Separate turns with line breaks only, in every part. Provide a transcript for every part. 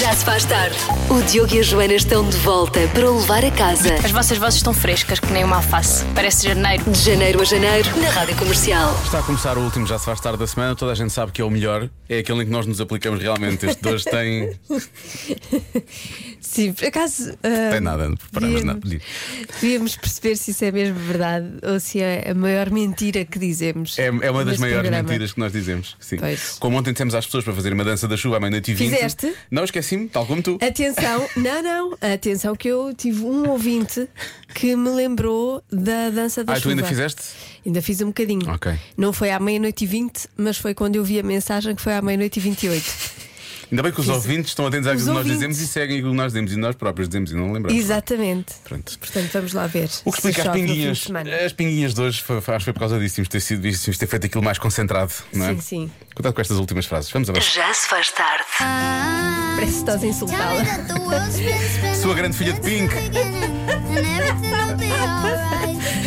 Já se faz tarde. O Diogo e a Joana estão de volta para o levar a casa.
As vossas vozes estão frescas, que nem uma alface. Parece janeiro.
De janeiro a janeiro, na Rádio Comercial.
Está a começar o último Já Se Faz Tarde da semana, toda a gente sabe que é o melhor, é aquele em que nós nos aplicamos realmente. Este dois tem,
Sim, por acaso. ah,
tem nada, não preparamos nada.
devíamos- Devíamos perceber se isso é mesmo verdade ou se é a maior mentira que dizemos.
É, é uma das
neste
maiores
programa.
mentiras que nós dizemos. Sim.
Pois.
Como ontem dissemos às pessoas para fazer uma dança da chuva à meia-noite e vinte.
Fizeste?
Não, esqueci-me, tal como tu.
Atenção, não, não, atenção, que eu tive um ouvinte que me lembrou da dança da
Ah, tu
chuva.
ainda fizeste?
Ainda fiz um bocadinho.
Ok.
Não foi à meia-noite e vinte, mas foi quando eu vi a mensagem que foi à meia-noite e vinte e oito.
Ainda bem que os
Fiz-
ouvintes estão atentos àquilo
Os
que nós
ouvintes.
dizemos e seguem aquilo que nós dizemos e nós próprios dizemos e não lembramos.
Exatamente.
Pronto.
Portanto, vamos lá ver.
O que
se
explica as
chove no fim de
pinguinhas?
semana.
As pinguinhas de hoje, foi, foi- acho que foi por causa disso, tínhamos ter, sido, tínhamos ter feito aquilo mais concentrado, não é?
Sim, sim.
Cuidado com estas últimas frases. Vamos avançar.
Já se faz tarde.
Parece que estás a insultá-la.
Sua grande filha de Pink.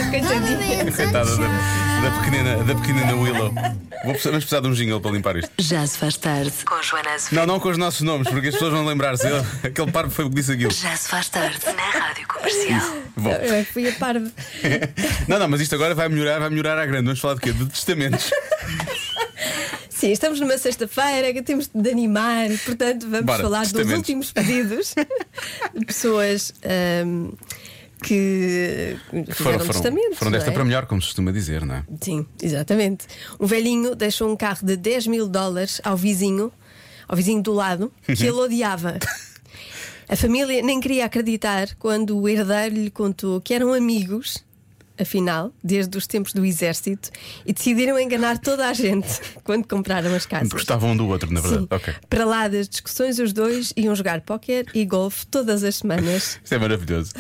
Coitadinha.
Coitada da, da pequenina, da pequenina Willow. Vou precisar- vamos precisar de um jingle para limpar isto.
Já se faz tarde. Com Joana Azevedo.
Não, não com os nossos nomes, porque as pessoas vão lembrar-se. Eu- Aquele parvo foi o que disse aquilo.
Já se faz tarde. Na Rádio Comercial.
Bom.
Eu é fui a parva.
Não, não, mas isto agora vai melhorar, vai melhorar à grande. Vamos falar de quê? De testamentos.
Sim, estamos numa sexta-feira que temos de animar, portanto, vamos
Bora,
falar dos
testamentos.
últimos pedidos de pessoas ahm, que fizeram testamentos.
foram
não
desta
é?
para melhor, como se costuma dizer, não é?
Sim, exatamente. Um velhinho deixou um carro de 10 mil dólares ao vizinho, ao vizinho do lado, que
Uhum.
ele odiava. A família nem queria acreditar quando o herdeiro lhe contou que eram amigos, afinal, desde os tempos do exército, e decidiram enganar toda a gente quando compraram as casas.
Gostavam um do outro, na verdade.
Sim.
Ok.
Para lá das discussões, os dois iam jogar póquer e golfe todas as semanas.
Isto é maravilhoso.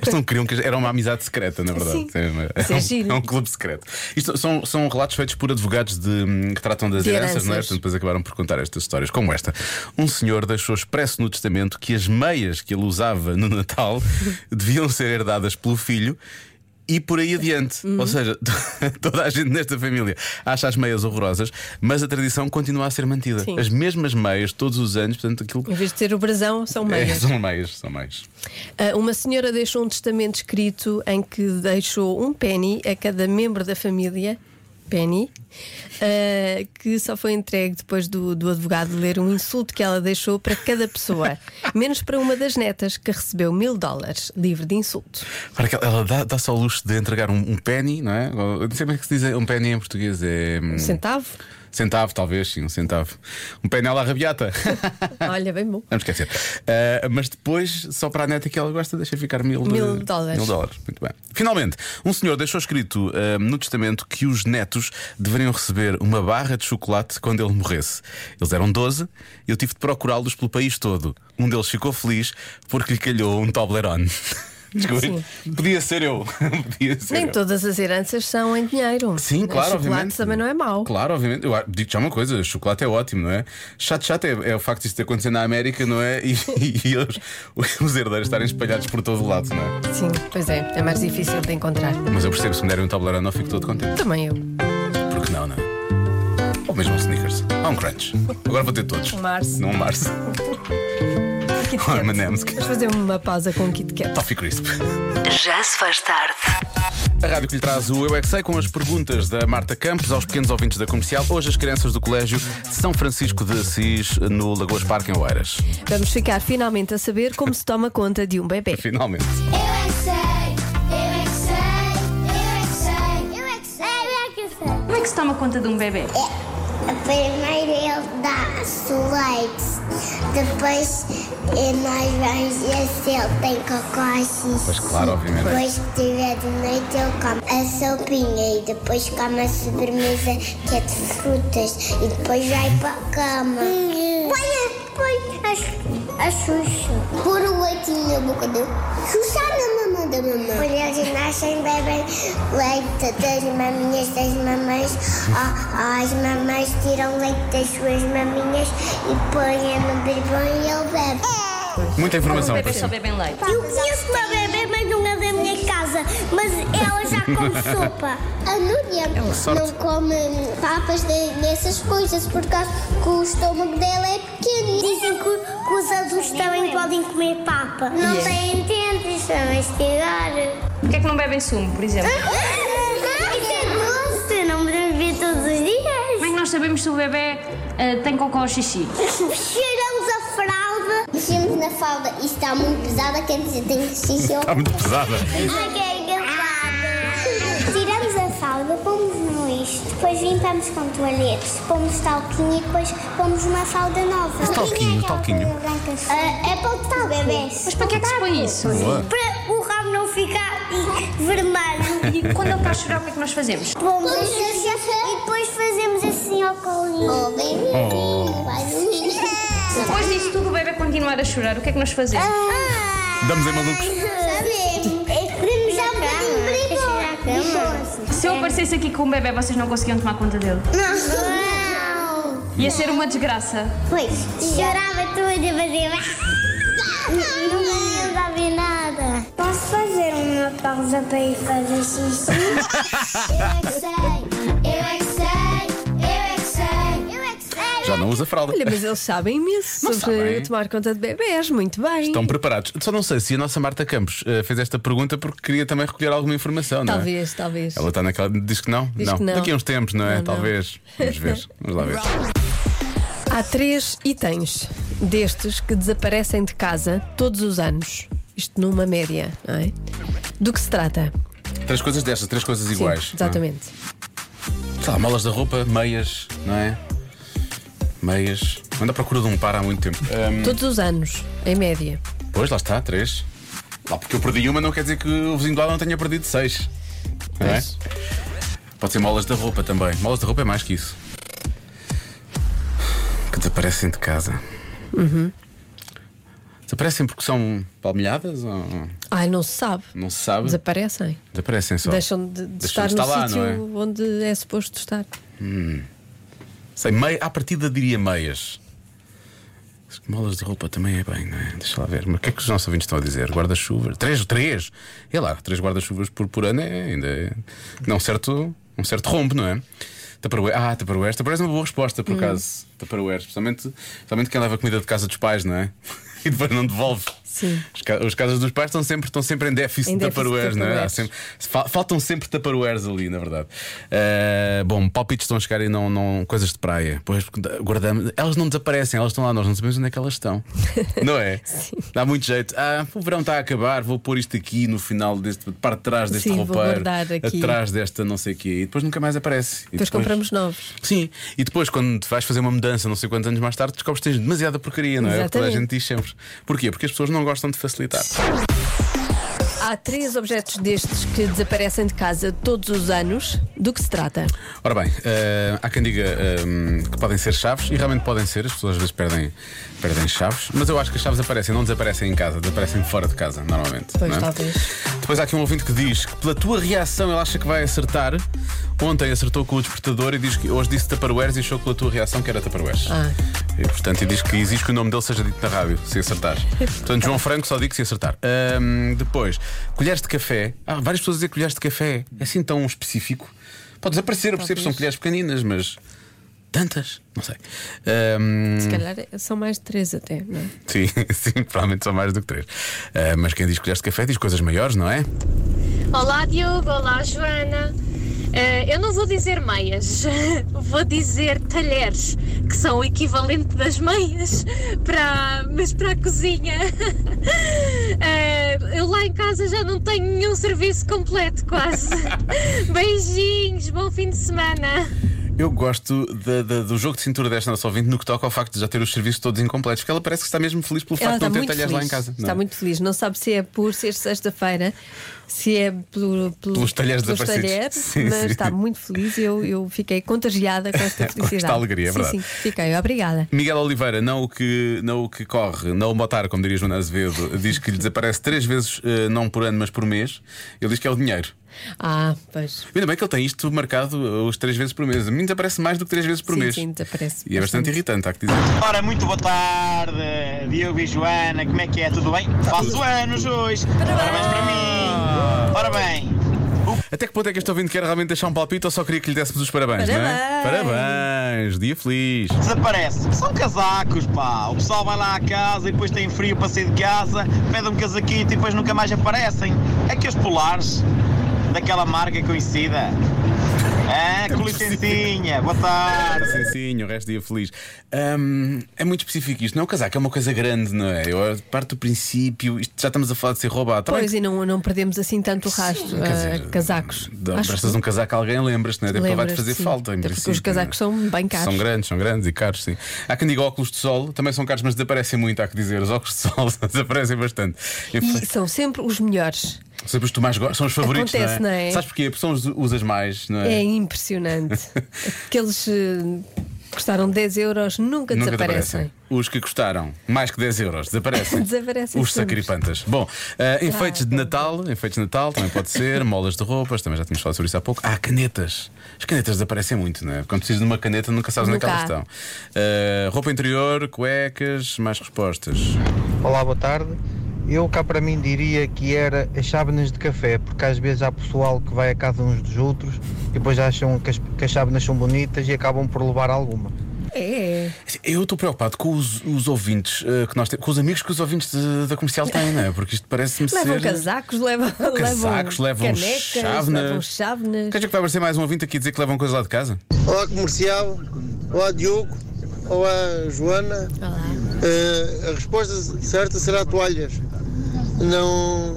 Eles não queriam que. Era uma amizade secreta, na verdade.
Sim.
Isto é, uma-
Isso é
um-
giro.
é um clube secreto. Isto são, são relatos feitos por advogados de, hum, que tratam das
De
heranças, não é?
heranças.
Portanto, depois acabaram por contar estas histórias, como esta. Um senhor deixou expresso no testamento que as meias que ele usava no Natal deviam ser herdadas pelo filho. E por aí adiante.
Uhum.
Ou seja, toda a gente nesta família acha as meias horrorosas, mas a tradição continua a ser mantida.
Sim.
As mesmas meias todos os anos, portanto, aquilo.
Em vez de ter o brasão, são
É,
meias.
são meias, são meias.
Ah, Uma senhora deixou um testamento escrito em que deixou um penny a cada membro da família. Penny, ah, que só foi entregue depois do, do advogado ler um insulto que ela deixou para cada pessoa, menos para uma das netas que recebeu mil dólares livre de insultos.
Para que ela- ela dá- dá-se ao luxo de entregar um, um penny, não é? Ou- Eu não sei como é que se diz um penny em português. É. hum,
Um centavo?
Centavo, talvez, sim, um centavo. Um penny à la rabiata.
Olha, bem bom.
Vamos esquecer. Ah, mas depois, só para a neta que ela gosta, deixa ficar mil, de-
Mil dólares.
Mil dólares. Muito bem. Finalmente, um senhor deixou escrito ah, no testamento que os netos deveriam receber uma barra de chocolate quando ele morresse. Eles eram 12 e eu tive de procurá-los pelo país todo. Um deles ficou feliz porque lhe calhou um Toblerone. Desculpe. Podia ser eu. Podia ser
Nem
eu.
todas as heranças são em dinheiro.
Sim,
Né?
claro,
Chocolate
obviamente.
também não é mau.
Claro, obviamente. Eu digo-te já uma coisa: chocolate é ótimo, não é? Chato, chato é, é o facto de isto acontecer na América, não é? E, e, os, os herdeiros estarem espalhados por todo o lado, não é?
Sim, pois é, é mais difícil de encontrar.
Mas eu percebo, se me derem um tabuleiro, não fico todo contente.
Também eu.
Porque não, não é? Ou mesmo um sneakers. Há um crunch. Agora vou ter todos.
Um Mars.
Não, um Mars.
Kit
Ou
Kat.
M&M's.
Vamos fazer uma pausa com o Kit Kat.
Toffee Crisp.
Já se faz tarde.
A rádio que lhe traz o Eu é Que Sei, com as perguntas da Marta Campos aos pequenos ouvintes da comercial. Hoje, as crianças do Colégio São Francisco de Assis, no Lagoas Parque, em Oeiras.
Vamos ficar finalmente a saber como se toma conta de um bebê.
Finalmente.
Eu é que sei, eu é que sei, eu é que sei, eu é que sei, eu é que sei.
Como é que se toma conta de um bebê?
Primeiro ele dá-se o leite, depois eh, nós vamos ver se ele tem cocó e xixi.
Pois claro, obviamente.
Depois que tiver de noite ele come a sopinha e depois come a sobremesa que é de frutas e depois vai para a cama. Hum. Põe depois a, a Xuxa. Pôr o leitinho na boca dele. Xuxa na mamã da mamãe. Quando eles nascem bebem leite das maminhas das mamães. Ó, ó, as mamães tiram leite das suas maminhas e põem no biberon e ele bebe.
Muita informação para
Bebês
si.
só bebem leite.
Eu conheço uma bebê, mas não é da minha casa. Mas ela já come sopa. A Núria não come papas nem essas coisas, porque o estômago dela é pequeno. Dizem que, que os adultos podem comer papa. Não
Yeah.
têm dentes a mastigar.
Porquê é que não bebem sumo, por exemplo?
Isso é doce, não podemos ver todos os dias.
Como é que nós sabemos se o bebê ah, tem cocô ou xixi?
Cheiramos a fralda. Mexemos na fralda e está muito pesada, quer dizer, tem que xixi
Está muito pesada.
Ai, que engraçado. Tiramos a fralda, pomos no lixo, depois limpamos com toalhetes, pomos talquinho e depois pomos uma fralda nova.
Talquinho, talquinho.
Ah, é para o talco. Bebês.
Mas para que é que se põe isso?
Para o ramo não ficar assim, vermelho.
E quando ele está a chorar, o que é que nós fazemos?
Pomos assim e depois fazemos assim ao colinho. Oh, bem
Oh.
Depois disso tudo, o bebê continuar a chorar, o que é que nós fazemos?
Damos em malucos.
É Queremos dar um bocadinho brincoso.
Se eu aparecesse aqui com o bebê, vocês não conseguiam tomar conta dele?
Não. Não.
Ia ser uma desgraça.
Pois, chorava tudo, fazia... Não me lembrava nada. Posso fazer uma pausa para ir fazer xixi? eu é que sei, eu é que sei, eu é que sei, eu é que sei.
Já não usa fralda.
Olha, mas eles sabem imenso
Não
sobre
sabem.
tomar conta de bebés, muito bem.
Estão preparados. Só não sei se a nossa Marta Campos eh, fez esta pergunta porque queria também recolher alguma informação, não é?
Talvez, talvez.
Ela está naquela. Diz que não?
Diz que não.
Daqui a uns tempos, não é?
Não, não.
Talvez. Vamos ver. Vamos lá ver.
Há três itens destes que desaparecem de casa todos os anos. Isto numa média, não é? Do que se trata?
Três coisas destas, três coisas
Sim,
iguais.
exatamente.
não é? Sei lá, malas da roupa, meias, não é? Meias. Anda à procura de um par há muito tempo. Ahm,
Todos os anos, em média.
pois, lá está, três. Lá porque eu perdi uma não quer dizer que o vizinho de lá não tenha perdido seis. Não é?
Pois.
Pode ser molas da roupa também. Molas da roupa é mais que isso. Que desaparecem de casa.
Uhum.
Desaparecem porque são palmilhadas ou
Ai, não se sabe.
não se sabe?
Desaparecem.
Desaparecem só.
Deixam de, de
Hum. Deixam
estar
de
no
estar lá,
sítio
não
onde é suposto estar.
Sei, meia, à partida diria meias. As molas de roupa também é bem, não é? Deixa lá ver. Mas o que é que os nossos ouvintes estão a dizer? Guarda-chuvas. Três, três. É lá, três guarda-chuvas por, por ano é ainda. É, dá um certo, um certo rombo, não é? Tupperware. Ah, Tupperware. Tupperware é uma boa resposta,
Hum.
por acaso. Tupperware. Especialmente, especialmente quem leva comida de casa dos pais, não é? E depois não devolve.
Sim.
As, ca- as casas dos pais estão sempre, estão sempre em déficit
Em
de
déficit de
Tupperwares, não é? Há
Tupperwares.
sempre- Fa- Faltam sempre taparueres ali, na verdade. Eh, bom, palpites estão a chegar e não, não coisas de praia. Pois porque guardamos. Elas não desaparecem, elas estão lá, nós não sabemos onde é que elas estão. não é? Dá muito jeito. Ah, o verão está a acabar, vou pôr isto aqui no final deste. para trás deste
Sim, vou
roupeiro.
guardar aqui.
Atrás desta não sei o quê. E depois nunca mais aparece. E
Depois compramos novos.
Sim, e depois, quando vais fazer uma mudança, não sei quantos anos mais tarde, descobres que tens demasiada porcaria, não é? O que toda a
Exatamente.
gente diz sempre. Porquê? Porque as pessoas não gostam de facilitar.
Há três objetos destes que desaparecem de casa todos os anos. Do que se trata?
Ora bem, eh, há quem diga eh, que podem ser chaves, e realmente podem ser, as pessoas às vezes perdem, perdem chaves, mas eu acho que as chaves aparecem, não desaparecem em casa, desaparecem fora de casa, normalmente.
Pois,
não é?
talvez.
Depois há aqui um ouvinte que diz que pela tua reação ele acha que vai acertar. Ontem acertou com o despertador e diz que hoje disse Tupperwares e achou que pela tua reação que era Tupperwares.
Ah.
E, portanto, e diz que exige que o nome dele seja dito na rádio, se acertar. Portanto, João Franco só digo se acertar. Ahm, depois, colheres de café. Há várias pessoas a dizer colheres de café. É assim tão específico. Pode desaparecer, eu percebo que são colheres pequeninas, mas. Tantas? Não sei. Ahm,
Se calhar são mais de três até, não é?
sim, sim, provavelmente são mais do que três. Ah, mas quem diz colheres de café diz coisas maiores, não é?
Olá Diogo, olá Joana. Eh, eu não vou dizer meias, vou dizer talheres, que são o equivalente das meias, para, mas para a cozinha. Eh, eu lá em casa já não tenho nenhum serviço completo, quase. Beijinhos, bom fim de semana.
Eu gosto da- da- do jogo de cintura desta nossa ouvinte no que toca ao facto de já ter os serviços todos incompletos, porque ela parece que está mesmo feliz pelo
Ela
facto de
está
não ter
muito
talheres
feliz.
lá em casa. não
Está
é?
muito feliz. Não sabe se é por ser sexta-feira, se é pelo- pelo-
Pelos talheres desaparecidos.
talheres,
Sim,
mas
sim.
está muito feliz. Eu, eu fiquei contagiada com esta
esta
felicidade.
alegria, é
sim,
verdade.
Sim, fiquei. Obrigada.
Miguel Oliveira, não o que, não o que corre, não o botar, como diria Joana Azevedo, diz que lhe desaparece três vezes, eh, não por ano, mas por mês. Ele diz que é o dinheiro.
Ah, pois.
Ainda bem que ele tem isto marcado eh, os três vezes por mês. A mim desaparece mais do que três vezes por
sim, então,
mês.
sim, desaparece.
E é bastante irritante, há que dizer.
Ora, muito boa tarde, Diogo e Joana, como é que é? Tudo bem? Faço anos hoje! Parabéns para mim! Ora bem, o
Até que ponto é que este ouvinte quer realmente deixar um palpite ou só queria que lhe dessemos os parabéns, não é?
Parabéns.
Parabéns, dia feliz.
Desaparece. São casacos, pá. O pessoal vai lá à casa e depois tem frio para sair de casa, pede um casaquito e depois nunca mais aparecem. É que os polares, daquela marca conhecida. É, com licencinha. Boa tarde.
Sim, sim, o resto dia feliz. Hum, é muito específico isto. Não é um casaco, é uma coisa grande, não é? Eu parto do princípio, isto já estamos a falar de ser roubado. Tá bem
Pois, e não, não perdemos assim tanto o rastro.
Quer
ah,
dizer,
casacos.
dá-
Acho
Prestas um casaco a alguém, lembras-te, não é? Até porque vai-te
Lembras-te,
fazer
sim.
falta. em
Até porque
princípio,
os casacos
não é?
são bem caros.
São grandes, são grandes e caros, sim. Há quem diga óculos de sol, também são caros, mas desaparecem muito, há que dizer. Os óculos de sol desaparecem bastante. Enfim,
E são sempre os melhores.
sempre os que tu mais gostas, são os favoritos,
Acontece,
não é?
não é?
Sabes porquê? Porque são os que usas mais, não
É impressionante. Aqueles eh, custaram 10 euros nunca, desaparecem.
Os que custaram mais que 10 euros desaparecem.
Desaparecem
Os
sempre.
sacripantas. Bom, eh, enfeites de Natal, enfeites de Natal também pode ser, molas de roupas, também já tínhamos falado sobre isso há pouco. Ah, canetas. As canetas desaparecem muito, não é? Quando precisas de uma caneta, nunca sabes
Nunca
onde é que
há.
elas estão. Eh, roupa interior, cuecas, mais respostas.
Olá, boa tarde. Eu cá para mim diria que era as chávenas de café, porque às vezes há pessoal que vai à casa uns dos outros e depois acham que as, que as chávenas são bonitas e acabam por levar alguma.
É.
Assim, Eu estou preocupado com os, os ouvintes eh, que nós temos, com os amigos que os ouvintes de- da comercial têm, não é? Porque isto parece-me ser.
Levam casacos, levam,
Casacos, levam
canecas,
chávenas.
levam chávenas.
Queres que vai aparecer mais um ouvinte aqui a dizer que levam coisa lá de casa?
Olá comercial, olá Diogo, olá Joana.
Olá.
Eh, a resposta certa será toalhas. Não,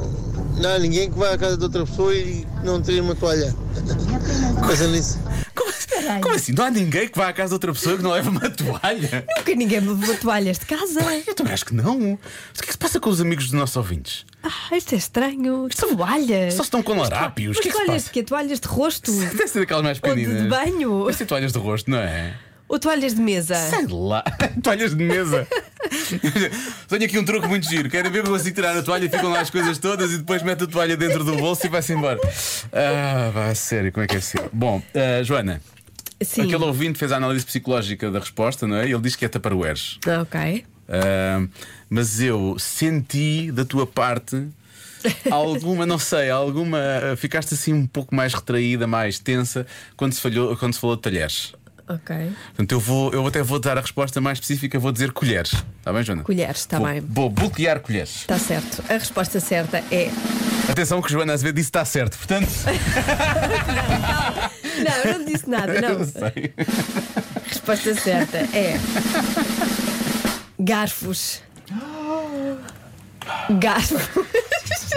não há ninguém que vá à casa de outra pessoa e não teria uma toalha. Pensa nisso.
Como, como assim? Não há ninguém que vá à casa de outra pessoa que não leva uma toalha?
Nunca ninguém levou toalhas de casa.
Eu também acho que não. Mas O que é que se passa com os amigos dos nossos ouvintes?
Ah, isto é estranho. Toalhas.
Só estão com larápios.
Mas
O que é que se
toalhas
passa?
de quê? Toalhas de rosto?
Deve ser daquelas mais
Ou de-
pequeninas.
de banho? É.
Deve ser toalhas de rosto, não é?
Ou toalhas de mesa?
Sei lá. Toalhas de mesa. Tenho aqui um truque muito giro. Quero ver como assim tirar a toalha, ficam lá as coisas todas e depois mete a toalha dentro do bolso e vai-se embora. Ah, vai, sério, como é que é possível? Bom, ah, Joana,
Sim.
aquele ouvinte fez a análise psicológica da resposta, não é? Ele diz que é taparueres.
Ah, Ok.
Ahm, mas eu senti da tua parte alguma, não sei, alguma. ah, Ficaste assim um pouco mais retraída, mais tensa quando se, falhou, quando se falou de talheres.
Ok.
Portanto, eu, vou, eu até vou dar a resposta mais específica, vou dizer colheres. Está bem, Joana?
Colheres, está
Vou-
tá bem.
Vou bloquear colheres.
Está certo. A resposta certa é.
Atenção, que Joana Azevedo disse que está certo. Portanto,
Não, eu não disse nada, não.
eu sei.
A resposta certa é. Garfos. Garfos.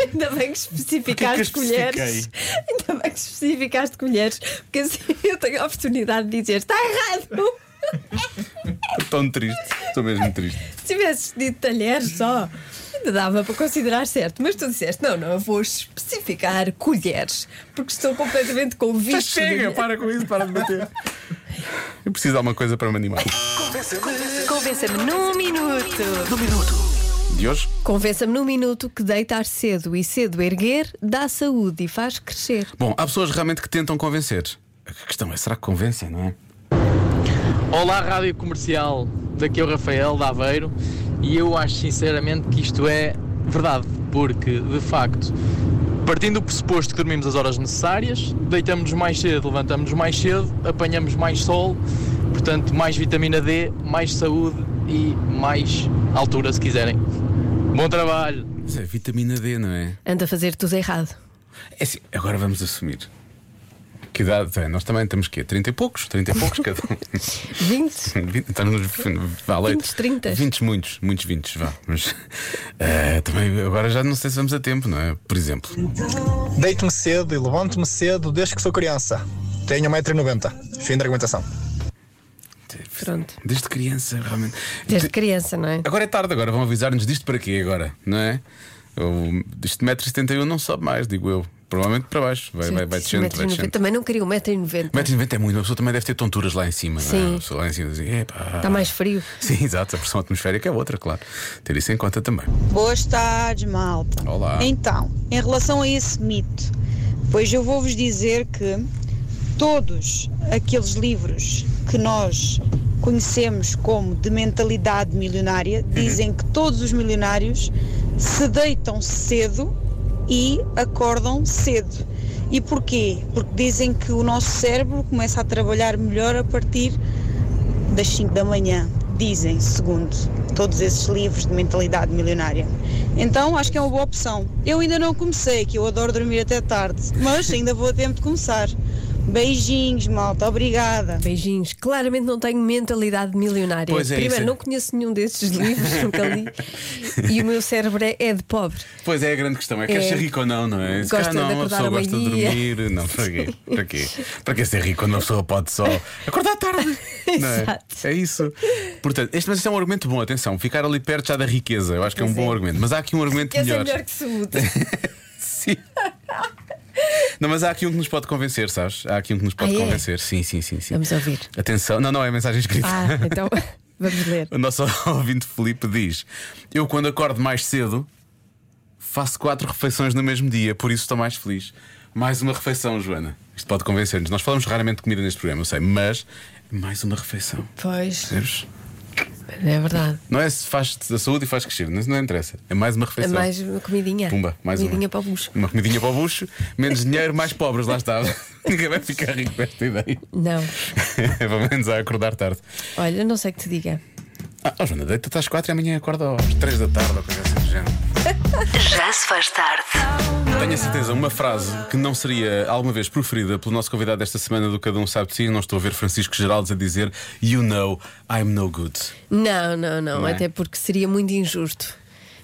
Ainda bem que especificaste
Porquê que eu
colheres. Ainda bem que especificaste colheres, porque assim eu tenho a oportunidade de dizer: está errado!
Tão triste. Estou mesmo triste.
Se tivesses dito talheres só, ainda dava para considerar certo. Mas tu disseste: não, não, eu vou especificar colheres, porque estou completamente convicto.
Mas chega,
de-
para com isso, para de bater. Eu preciso de alguma coisa para me animar.
Convença-me num minuto.
De hoje?
Convença-me num minuto que deitar cedo e cedo erguer dá saúde e faz crescer.
Bom, há pessoas realmente que tentam convencer. A questão é, será que convencem, não é?
Olá, Rádio Comercial. Daqui é o Rafael de Aveiro e eu acho sinceramente que isto é verdade, porque de facto, partindo do pressuposto que dormimos as horas necessárias, deitamos mais cedo, levantamos mais cedo, apanhamos mais sol, portanto, mais vitamina D, mais saúde e mais altura se quiserem. Bom trabalho!
Mas é vitamina D, não é?
Anda a fazer tudo errado.
É assim, agora vamos assumir. Que idade tem? Nós também temos quê? 30 e poucos? 30 e poucos cada um.
20.
Vinte- Estamos nos vá, leite.
20, 30.
20, muitos, muitos 20, vá. Mas eh, também agora já não sei se vamos a tempo, não é? Por exemplo.
Deito-me cedo e levanto-me cedo desde que sou criança. Tenho 1,90m. Fim da argumentação.
Pronto.
Desde criança, realmente.
Desde criança, não é?
Agora é tarde, agora vão avisar-nos disto para quê agora, não é? O, isto 1,71m não sobe mais, digo eu. Provavelmente para baixo. Vai, vai, vai descendo, vai
1,90.
descendo.
Também não queria 1,90m.
1,90m é muito, uma pessoa também deve ter tonturas lá em cima, não é?
Sim.
A pessoa lá em cima diz, epá.
Está mais frio.
Sim, exato, a pressão atmosférica é outra, claro. Ter isso em conta também.
Boas tardes, malta.
Olá.
Então, em relação a esse mito, pois eu vou-vos dizer que todos aqueles livros que nós conhecemos como de mentalidade milionária dizem que todos os milionários se deitam cedo e acordam cedo. E porquê? Porque dizem que o nosso cérebro começa a trabalhar melhor a partir das 5 da manhã. Dizem, segundo todos esses livros de mentalidade milionária. Então acho que é uma boa opção. Eu ainda não comecei, que eu adoro dormir até tarde, mas ainda vou a tempo de começar. Beijinhos, malta, obrigada.
Beijinhos. Claramente não tenho mentalidade milionária.
Pois é,
Primeiro,
isso é-
não conheço nenhum desses livros, nunca li. E o meu cérebro é- é de pobre.
Pois é, a grande questão é: queres
É.
ser rico ou não, não é? Se
Gosta
calhar não,
de
uma
acordar
pessoa
uma
gosta de
guia.
dormir. Não, para quê? Para quê? Para quê ser rico quando uma pessoa pode só acordar tarde? Não é?
Exato.
é isso. Portanto, este, mas este é um argumento bom, atenção. Ficar ali perto já da riqueza, eu acho que é um bom argumento. Mas há aqui um argumento
Esse é
melhor.
melhor que se muda.
Sim. Não, mas há aqui um que nos pode convencer, sabes? Há aqui um que nos pode
Ah, é?
convencer. Sim, sim, sim, sim.
Vamos ouvir.
Atenção, não, não, é mensagem escrita.
Ah, então vamos ler.
O nosso ouvinte Felipe diz: Eu, quando acordo mais cedo, faço quatro refeições no mesmo dia, por isso estou mais feliz. Mais uma refeição, Joana. Isto pode convencer-nos. Nós falamos raramente de comida neste programa, eu sei, mas mais uma refeição.
Pois,
Percebes?
é verdade.
Não é se faz a saúde e faz crescer, não não interessa. É mais uma
É
refeição.
mais uma comidinha.
Pumba, mais uma.
É. comidinha para o bucho.
Uma comidinha para o bucho, menos dinheiro, mais pobres, lá está. Ninguém vai ficar rico com esta ideia.
Não.
Pelo menos a acordar tarde.
Olha, não sei o que te diga.
Ah, oh, Joana, deita-te às quatro e amanhã acorda às três da tarde ou coisa assim do género.
Já se faz tarde.
Tenho a certeza, uma frase que não seria alguma vez proferida pelo nosso convidado desta semana do Cada Um Sabe de Si, não estou a ver Francisco Geraldes a dizer You know I'm no good.
Não, não, não.
Não é?
Até porque seria muito injusto.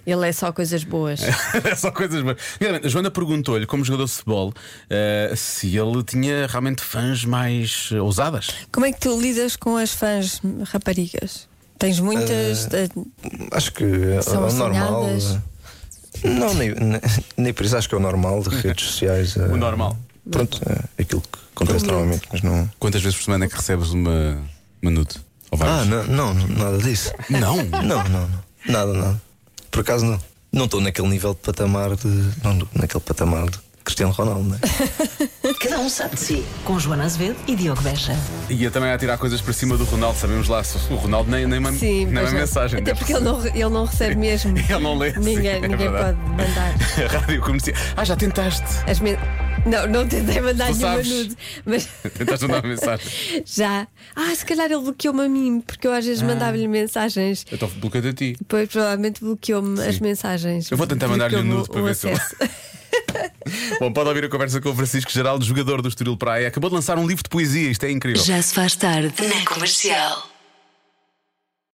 Ele é só coisas boas.
é só coisas boas. Realmente, A Joana perguntou-lhe, como jogador de futebol, eh, se ele tinha realmente fãs mais eh, ousadas.
Como é que tu lidas com as fãs raparigas? Tens muitas.
Eh,
eh,
Acho que é
São
o normal. é?
assanhadas?
Não, nem, nem- nem por isso acho que é o normal de redes sociais. eh, O
normal.
Pronto, é aquilo que acontece normalmente, mas não.
Quantas vezes por semana é que recebes uma minuto?
Ah, não, não, nada disso.
Não?
Não, não, não. Nada, nada. Por acaso não. Não estou naquele nível de patamar de. Não, naquele patamar de Cristiano Ronaldo, né?
Cada um sabe de si. Com Joana Azevedo e Diogo Beja.
E eu também a tirar coisas para cima do Ronaldo, sabemos lá, se o Ronaldo nem, nem, uma-
Sim,
nem
pois
uma
é.
mensagem.
Até
deve
porque ele não, ele não recebe mesmo.
Ele não lê, sim,
Ninguém,
é
ninguém
verdade.
pode mandar.
ser. Rádio comercial. Ah, já tentaste.
As men- Não, não tentei mandar
Tu
nenhuma
sabes.
nude. Mas
Tentaste mandar uma mensagem.
já. Ah, se calhar ele bloqueou-me a mim, porque eu às vezes
Ah.
mandava-lhe mensagens.
Eu estou bloqueado a ti.
Depois provavelmente bloqueou-me as mensagens.
Eu vou tentar mandar-lhe um
Bloqueou-me
nude para
o
ver se ele-
acesso.
Bom, pode ouvir a conversa com o Francisco Geraldo, jogador do Estoril Praia. Acabou de lançar um livro de poesia, isto é incrível.
Já se faz tarde. Na comercial.